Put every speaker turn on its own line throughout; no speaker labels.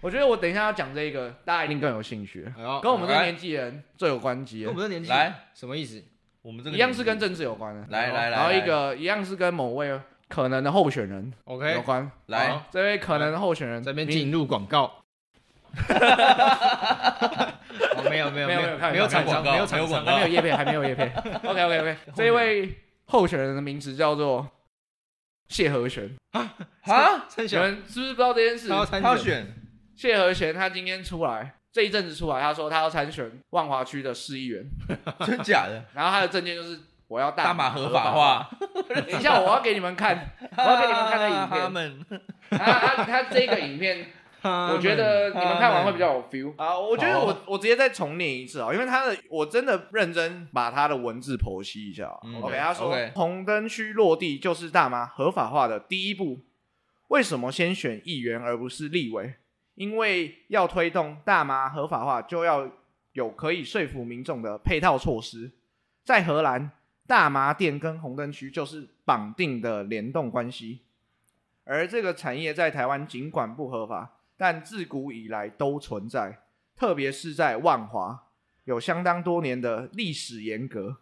我觉得我等一下要讲这个，大家一定更有兴趣，
哎呦
跟我们这
来
年纪人最有关系
跟我
的，
们这年纪
来
什么意思？
我们这个
一样是
年
跟
纪
政治有关的。
来来来，
然后一
来
个一样是跟某位可能的候选人有
OK，
关，
来
好
这位可能的候选人
这边
你
进入广 告。哦，没有没有
没有
有
没有看
没有厂
广
商
告
有厂
没有广
商
告
还没有叶片，还没有叶 片。OK OK OK，这一位候选人的名字叫做谢和弦，
啊，
参
你
选，
们是不是不知道这件事
他？要
他
参
要
选，
选
谢和弦他今天出来，这一阵子出来，他说他要参选万华区的市议员，
真假的
然后他的证件就是我要
大
大
马
马
合法
法。
化，
等一下，我要给你们看，我要给你们看的影片
他们
他他他这个影片，
啊
我觉得你们看完会比较有 feel。
啊，我觉得
哦
我我直接再重念一次啊，因为他的我真的认真把他的文字剖析一下啊。
嗯
OK，他说
OK
红灯区落地就是大麻合法化的第一步。为什么先选议员而不是立委？因为要推动大麻合法化，就要有可以说服民众的配套措施。在荷兰，大麻店跟红灯区就是绑定的联动关系，而这个产业在台湾尽管不合法，但自古以来都存在，特别是在万华，有相当多年的历史沿革。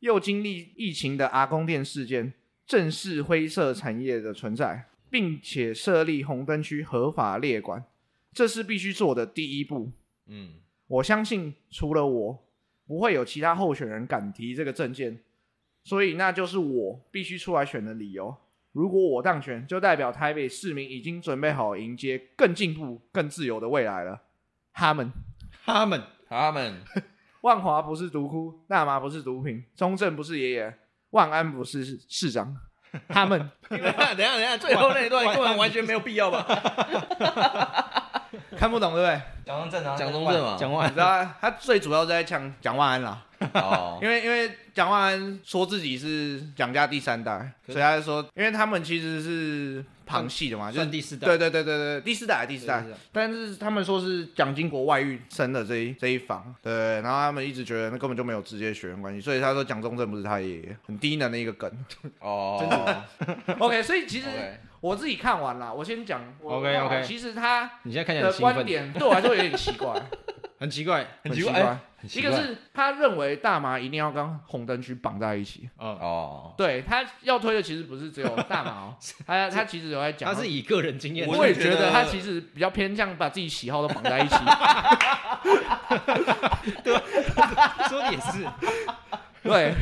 又经历疫情的阿公店事件，正视灰色产业的存在，并且设立红灯区合法列管，这是必须做的第一步。
嗯，
我相信除了我，不会有其他候选人敢提这个证件，所以那就是我必须出来选的理由。如果我当选，就代表台北市民已经准备好迎接更进步、更自由的未来了。他们，
他们
他们
万华不是独窟，大麻不是毒品，中正不是爷爷，万安不是市长。他 们，
等一下等一下等一下，最后那一段根本完全没有必要吧？
看不懂对不对？
蒋中正啊
蒋中正嘛
蒋
你
万
知道啊他最主要是在讲蒋万安啦。
哦，
因为因为蒋万安说自己是蒋家第三代，
可是
所以他就说，因为他们其实是旁系 的嘛，就是
算第四代，
对对对对对，第四代第四代
对，对对
但是他们说是蒋经国外遇生的这一这一方，对，然后他们一直觉得那根本就没有直接血缘关系，所以他说蒋中正不是他爷爷，很低能的一个梗。
哦，
OK，所以其实
OK
我自己看完了，我先讲我
OK，OK
我看完其实他
你现在看起来
的
很兴
观
奋，
点对我来说有点奇 怪，
很奇怪
很
奇
奇怪，哎，很
一
奇
个
怪
是他认为大麻一定要跟红灯区绑在一起，
哦，
哦，
对他要推的其实不是只有大麻 哦，他他其实有在讲
他是以个人经验，
我
我也
是
觉
觉得啊
得他其实比较偏向把自己喜好都绑在 一起。
说的也 是，
啊
对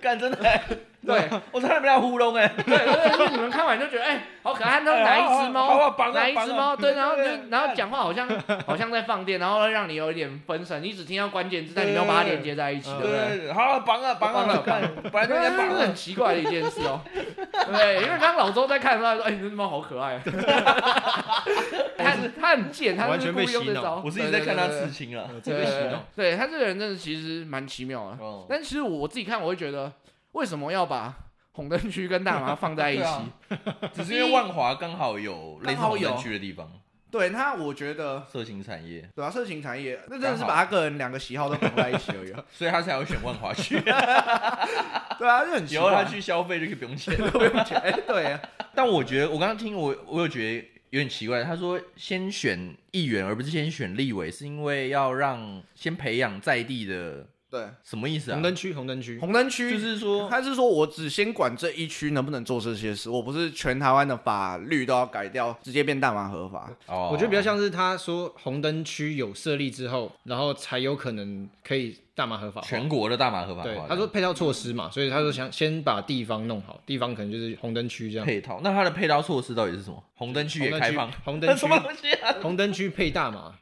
干真的，
对
我差点被他糊弄哎，
对，所以你们看完就觉得，哎、好可爱，那
哎
哪
好
一只
好好
猫？
好绑啊
哪一只
绑
猫？
啊
对，然后就
对
然后讲话 好像好像在放电，然后让你有一点分神，你只听到关键字，但你没有把它连接在一起，对
对
不
对
对？
对，对好绑啊绑
绑
啊，
了
干，本来就
对
应
啊
该绑
这是很
了，
奇怪的一件事哦， 对，因为刚刚老周在看的时候，他说：“哎、你这只猫好 可 爱。”他很他很贱，他
完
是
全
故意
被
用
洗
这
脑
招。
我是一直在看他
对
刺青了，
这被洗
对
脑，
对他这个人真的其实蛮奇妙的。
哦，
但其实我自己看，我会觉得为什么要把红灯区跟大麻放在一起？
对啊只是因为万华刚好有类似
刚好
红
有
灯区的地方，
对他，那我觉得
色情产业，
对啊，色情产业那真的是把他个人两个喜好都绑在一起而已啊。
所以他才要选万华区，
对啊，就很
以
奇
后他
怪。
去消费就可以不用钱。
不用钱，哎对啊，
但我觉得我刚刚听我我有觉得有点奇怪，他说先选议员而不是先选立委，是因为要让先培养在地的，
对。
什么意思啊
红？灯区红灯区，
红灯
就
区
是说
他是说我只先管这一区能不能做这些事，我不是全台湾的法律都要改掉，直接变大麻合法。
哦，
我觉得比较像是他说红灯区有设立之后，然后才有可能可以大麻合法化。
全国的大麻合法化
对
这样。，
他说配套措施嘛，所以他说想先把地方弄好，地方可能就是红灯区这样。
配套，那他的配套措施到底是什么？红灯区也开放，
红灯区
什么东西啊？
红灯区配 大麻，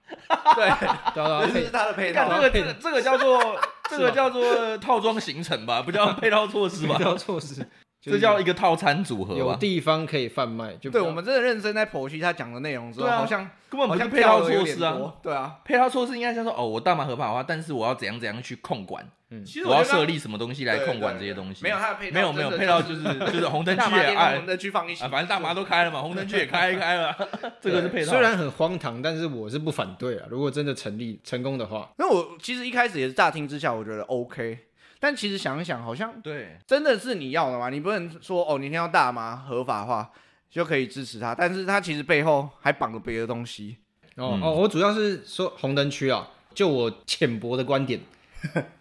对，
对啊对啊
这
配
是他的配
干
套
这。个这个这个叫 做这个叫做套装行程吧，不叫配套措施 吧
配？套措施，就是
这叫一个套餐组合啊
有
吧？
地方可以贩卖，就不
对，
要
我们真的认真在剖析他讲的内容之后，
对啊
好像
根本
好
不
像
是配套
跳得有
措
点
施啊！
多。对啊，
配套措施应该像说哦，我大麻合法化，但是我要怎样怎样去控管，
其实
我要
觉得
设立什么东西来控管这些东西。
没有他的配套
没有没有
真的
配套就是就是红灯
大
区
麻
也
店跟
哎
红灯区放一起
啊，，反正大麻都开了嘛，红灯区也开一开了，这个是配套。
虽然很荒唐，但是我是不反对啊。如果真的成立成功的话，
那我其实一开始也是乍听之下，我觉得 OK，但其实想一想，好像
对
真的是你要的吗？你不能说哦，你听到大麻合法化，就可以支持他，但是他其实背后还绑了别的东西。
哦、
嗯
哦，我主要是说红灯区啊，就我浅薄 的观点，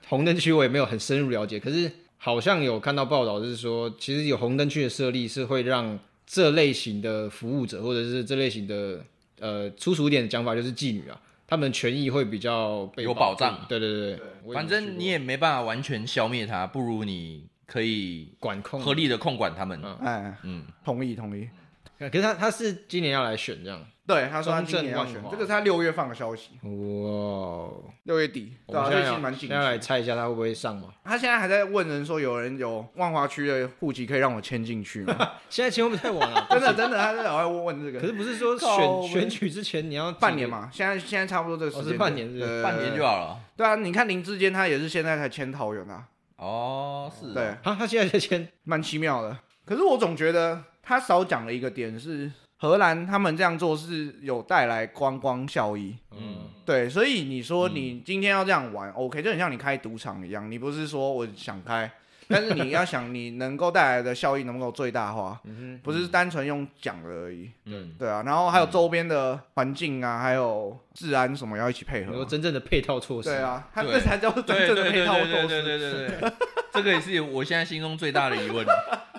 红灯区我也没有很深入了解，可是好像有看到报道，就是说其实有红灯区的设立是会让这类型的服务者或者是这类型的呃粗俗一点的讲法就是妓女啊，他们权益会比较被
有
保
保
护
障
对对对对，我也
反
没去
正你
过
也没办法完全消灭它，不如你可以
管控
合理的控管他们。
嗯
哎，
嗯，
同意同意。
可是他他是今年要来选这样，
对，他说他今年要
中
选
正万华，
这个是他六月放的消息，
哇、
六月底，
我
对啊，最
们现在
近
要
蛮
现
紧
在来
的。
猜一下他会不会上嘛？
他现在还在问人说，有人有万华区的户籍可以让我迁进去 吗？
现在千万不太晚了、
真的真的，他在老爱问这
可
个。
是不是说
靠
选选举之前你要几
半
个
年？嘛，现在现在差不多这个时
哦
间
是
点，
半年是不是
对
半年就。好了。
对啊，你看林志坚他也是现在才迁桃园啊，
哦，是啊，
对，
啊，他现在在签
蛮奇妙的。可是我总觉得他少讲了一个点是，荷兰他们这样做是有带来观光效益。
嗯
嗯，
对，所以你说你今天要这样玩、o k 就很像你开赌场一样，你不是说我 想开，但是你要想你能够带来的效益能不能够最大化，
嗯
不是单纯用讲的而已。
嗯，
对啊，然后还有周边的环境啊，还有治安什么要一起配
哼，有
合。
真正的配套措施。
啊对，啊，他
对
这才叫做真
对
正
对对
的配
对
套措
对对对
施。
对对， 这个也是我现在心中最大的疑问，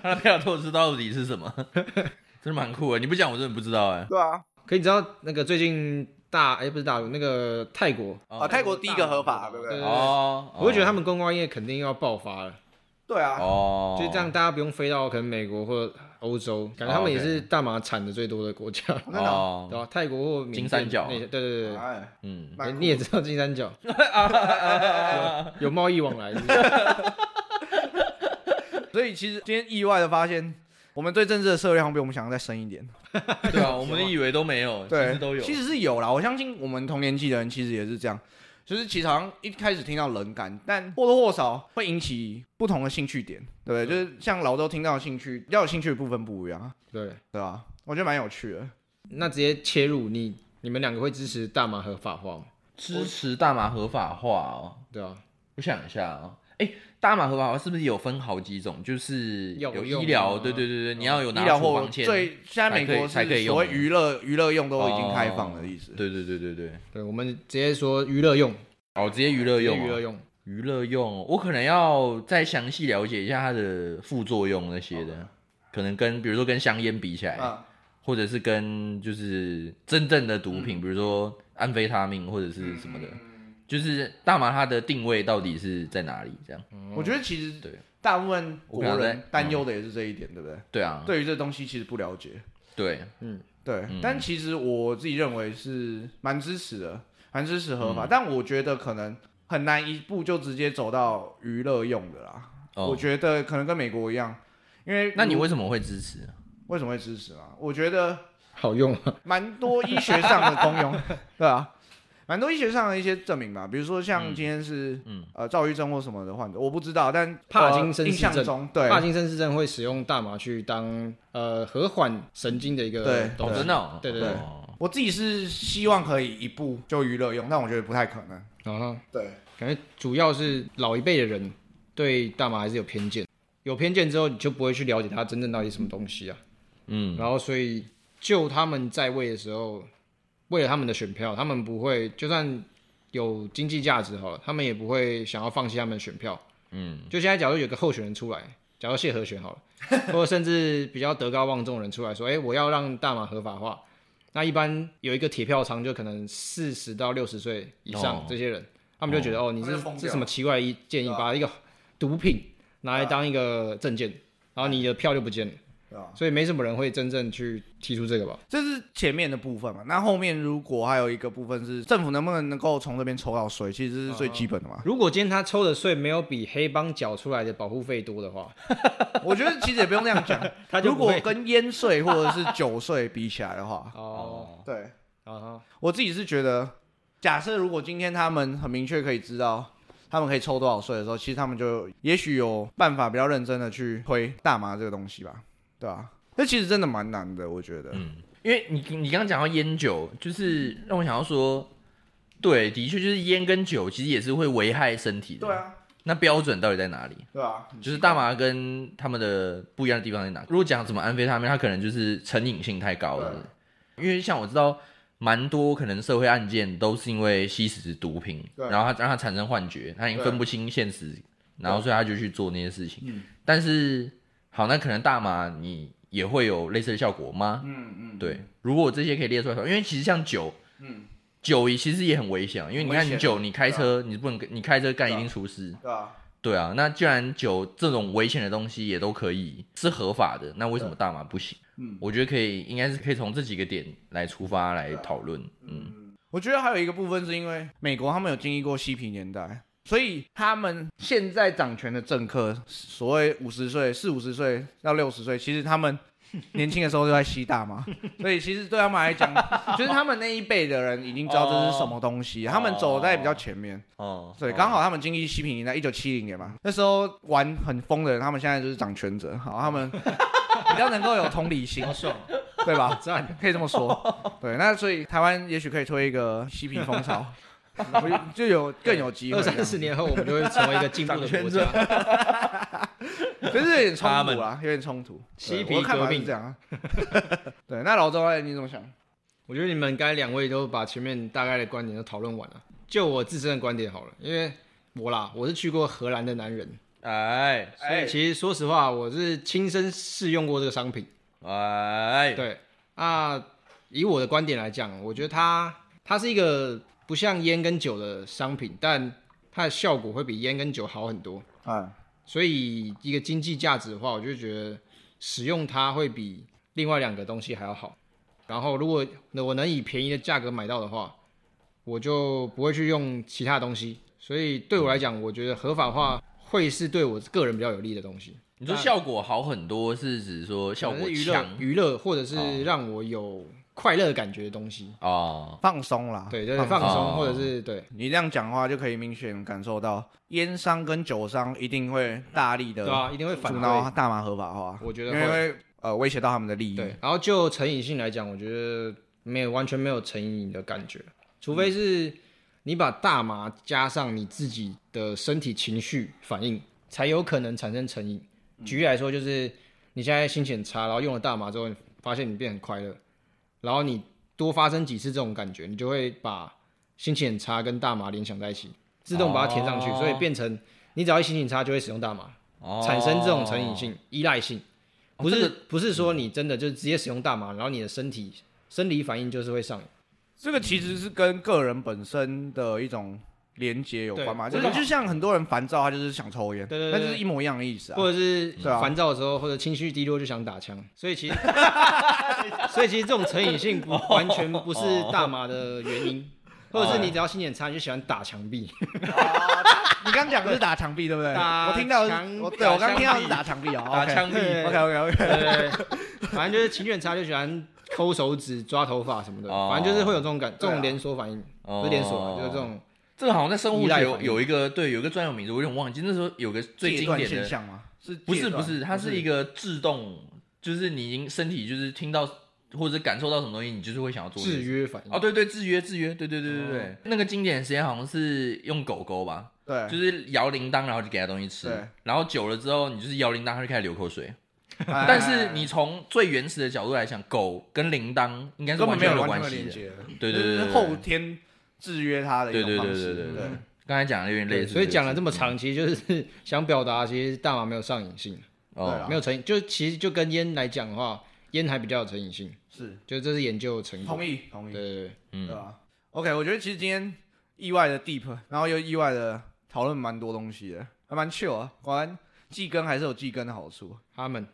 他的配套措施到底是什么？ 真的蛮酷的，你不讲我真的不知道哎。
对啊，
可你知道那个最近大哎不是大陆那个泰国，
啊，泰国第一个合法，对不对？
对
哦，
我会觉得他们观光业肯定要爆发了，
对啊，
哦，
就是这样，大家不用飞到可能美国或欧洲，感觉他们也是大麻产的最多的国家，
真的啊
对
哦，
吧？泰国或缅甸
金三角
那些对对对对
哎，
嗯，
蛮
哎，
酷
你也知道金三角 有有贸易往来是不是，
所以其实今天意外的发现，我们对政治的涉猎好像比我们想的再深一点。
对啊，我们以为都没有，呃其
对，
实都有，
其实是有啦。我相信我们同年纪的人其实也是这样，就是其实好像一开始听到冷感，但或多或少会引起不同的兴趣点，
嗯
对不对？就是像老周听到的兴趣，要有兴趣的部分不一样啊，
对。
对吧？我觉得蛮有趣的。
那直接切入你你们两个会支持大麻合法化吗？
支持大麻合法化哦。
对啊，
我想一下啊、哎、大麻合法化是不是有分好几种？就是
药
有
用
医疗，
啊
对对对对，你要有
医
拿
疗
处
或
方签，
最现在美国
才可以才可以
是
用哦
所谓娱乐娱乐用都已经开放的意思。
对对对对对，
对，我们直接说娱乐用，
哦，直接娱乐
直接
用、
娱乐
啊，
用，
娱乐用，哦我可能要再详细了解一下它的副作用那些的，可能跟比如说跟香烟比起来，
啊，
或者是跟就是真正的毒品，比如说安非他命或者是什么
嗯
的，就是大麻它的定位到底是在哪里？这样，
嗯我觉得其实
对
大部分
我
国
刚才
人
在
担忧的也是这一点，对不对？
对啊，
对于这东西其实不了解。
对，
对，
嗯
但其实我自己认为是蛮支持的，蛮支持合
嗯
法，但我觉得可能很难一步就直接走到娱乐用的啦。我
哦，
觉得可能跟美国一样，因为
那你
如
为什么会支持？
为什么会支持嘛？我觉得
好用啊，
蛮多医学上的功 用，对啊，蛮多医学上的一些证明吧，比如说像今天是、
嗯
呃躁郁症或什么的患者，我不知道，但
帕金森
呃印
氏症
象中对
帕金森氏症会使用大麻去当呃和缓神经的一个
对
东
哦，
西
真的、哦，
对对对
哦
我自己是希望可以一步就娱乐用，但我觉得不太可能。
然后
对，
啊感觉主要是老一辈的人对大麻还是有偏见，有偏见之后你就不会去了解它真正到底是什么东西啊，
嗯，
然后所以就他们在位的时候，为了他们的选票，他们不会就算有经济价值好了，他们也不会想要放弃他们的选票。
嗯，
就现在假如有个候选人出来， 假如谢和弦好了，或者甚至比较德高望重的人出来说，哎、我要让大麻合法化。那一般有一个铁票仓，就可能四十到六十岁以上、
哦
这些人，他们就觉得哦，你
他
这
们就疯
这
掉啊
什么奇怪的一建议，把一个毒品拿来当一个证件，然后你的票就不见了。
对吧？
所以没什么人会真正去提出这个吧？
这是前面的部分嘛。那后面如果还有一个部分是政府能不能能够从这边抽到税，其实是最基本的嘛。
如果今天他抽的税没有比黑帮缴出来的保护费多的话，，
我觉得其实也不用嗯 那样讲
他就
如
不
果
会，
跟烟税或者是酒税比起来的话
哦，
对
啊，
我自己是觉得，假设如果今天他们很明确可以知道。他们可以抽多少税的时候，其实他们就也许有办法比较认真的去推大麻这个东西吧，对吧、这其实真的蛮难的，我觉得。
嗯，因为你你刚刚讲到烟酒，就是让我想要说，对，的确就是烟跟酒其实也是会危害身体的。
对啊，
那标准到底在哪里？
对啊吧？
就是大麻跟他们的不一样的地方在哪？如果讲什么安非他命，它可能就是成瘾性太高了。因为像我知道，蛮多可能社会案件都是因为吸食毒品，
对
然后他让他产生幻觉，他已经
对
分不清现实，然后所以他就去做那些事情
嗯。
但是好，那可能大麻你也会有类似的效果吗？
嗯嗯，
对，如果这些可以列出来的话，因为其实像酒，
嗯，
酒其实也很危险，因为你
危
看
险
你酒，你开车你不能，你开车干一
对啊
定出事。
对吧？
啊对啊，那既然酒这种危险的东西也都可以是合法的，那为什么大麻不行？
嗯
我觉得可以，应该是可以从这几个点来出发来
对啊
讨论。嗯，
嗯，我觉得还有一个部分是因为美国他们有经历过嬉皮年代，所以他们现在掌权的政客，所谓五十岁、四五十岁到六十岁，其实他们年轻的时候就在吸大 麻，所以其实对他们来讲，就是他们那一辈的人已经知道这是什么东西，
哦
他们走在比较前面。
哦
对，刚好他们经历嬉皮年代，一九七零年嘛，那时候玩很疯的人，他们现在就是掌权者，好，他 们比较能够有同理心，
爽，
对吧？
赞。
可以这么说。对，那所以台湾也许可以推一个嬉皮风 潮，我就有更有机会
二
这样。
三十年后，我们就会成为一个进步的国
掌权者
家。
可是有点冲
他
突
们
啊，有点冲突。
嬉
对
皮
我的看法
革
是
命
这样啊。 对，那老周哎你怎么想？
我觉得你们刚才两位都把前面大概的观点都讨论完了。就我自身的观点好了，因为我啦，我是去过荷兰的男人，
哎
所以其实说实话，我是亲身试用过这个商品。
哎，
对啊，以我的观点来讲，我觉得它它是一个不像烟跟酒的商品，但它的效果会比烟跟酒好很多。
啊，
所以一个经济价值的话，我就觉得使用它会比另外两个东西还要好。然后如果我能以便宜的价格买到的话，我就不会去用其他东西。所以对我来讲，我觉得合法化会是对我个人比较有利的东西。
你说效果好很多，是指说效
可
果
能是娱乐
强
娱乐，或者是
哦
让我有快乐感觉的东西。
哦，
啊放松啦。
对，就是放
哦
松，或者是对
你这样讲话就可以明显感受到，烟商跟酒商一定会大力的
对啊，一定会反
阻挠
对。
大麻合法化，
我觉
因
得
为
会
会呃威胁到他们的利益。
对，然后就成瘾性来讲，我觉得没有完全没有成瘾的感觉，除非是你把大麻加上你自己的身体情绪反应，才有可能产生成瘾。举例来说，就是你现在心情很差，然后用了大麻之后，你发现你变很快乐，然后你多发生几次这种感觉，你就会把心情很差跟大麻联想在一起，自动把它填上去，
哦
所以变成你只要一心情差就会使用大麻。
哦
产生这种成瘾性、依赖性，
哦
不是、
这个
不是说你真的就直接使用大麻，然后你的身体生理反应就是会上瘾。
这个其实是跟个人本身的一种连接有关嘛，就
对
是就像很多人烦躁，他就是想抽烟，
对对对
那就是一模一样的意思啊。
或者是
对啊
烦躁的时候，或者情绪低落就想打枪，所以其 实，所以其实这种成瘾性不完全不是大麻的原因，或者是你只要心情差，你就喜欢打墙壁，
你刚讲的是打墙壁对不对？
打
我听到的是
墙
我对我刚听到的是
打
打墙壁哦，
打枪毙，
对
OK OK OK，
对， 反正就是情绪很差就喜欢抠手指、抓头发什么的，
哦
反正就是会有这种感，这
对啊
种连锁反应，不是连锁啊，就是这种
这个好像在生物
依赖
学有
反应
有一个对有一个专有名字，我有点忘记。那时候有个最
戒
经
断
典
现
的，
象吗？是
不是
戒断
不是，它是一个制动，就是你已经身体就是听到或者感受到什么东西，你就是会想要做那
制
件事。
约反应
哦，。对对，制约制约，对对对对对。
哦
那个经典的实验好像是用狗狗吧，
对，
就是摇铃铛，然后就给它东西吃
对，
然后久了之后，你就是摇铃铛，它就开始流口水。
哎
但是你从最原始的角度来讲，狗跟铃铛应该是
根本
完
没
全
有
有关
完全的
系
连
的。
接，
对对对
这
对
是
对
后天制约他的一
对
种
对
方
对对
式。
对对
对，
刚才讲的有点类
对，
似，
所以讲了这么长，其实就是 想表达，其实大麻没有上瘾性，
对啊
哦，
没有成瘾，就其实就跟烟来讲的话，烟还比较有成瘾性，
是
就这是研究成果
同。意同意，
对对对，啊
嗯
对吧？OK，我觉得其实今天意外的 deep，然后又意外的讨论蛮多东西的，还蛮 chill 啊。果然季更还是有季更的好处。
他们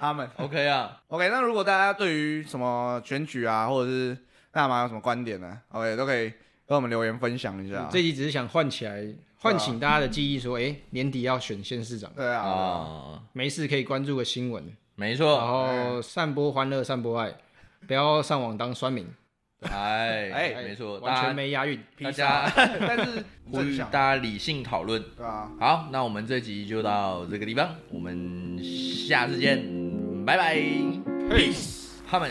他们
OK 啊，
OK，那如果大家对于什么选举啊，或者是大麻有什么观点呢？OK，都可以跟我们留言分享一
啊
下。
这集只是想唤起来，唤醒大家的记忆，说，哎，年底要选县市长，
对啊，
啊，
没事可以关注个新闻，
没
然
错，
后散播欢乐，散播爱，不要上网当酸民，
哎
哎
没错，
完
大
全
家
没押韵。
大
披 萨
家
但是
呼
正
吁
向
大家理性讨论。
对啊，
好，那我们这集就到这个地方，我们下次见，拜拜，Peace，他们。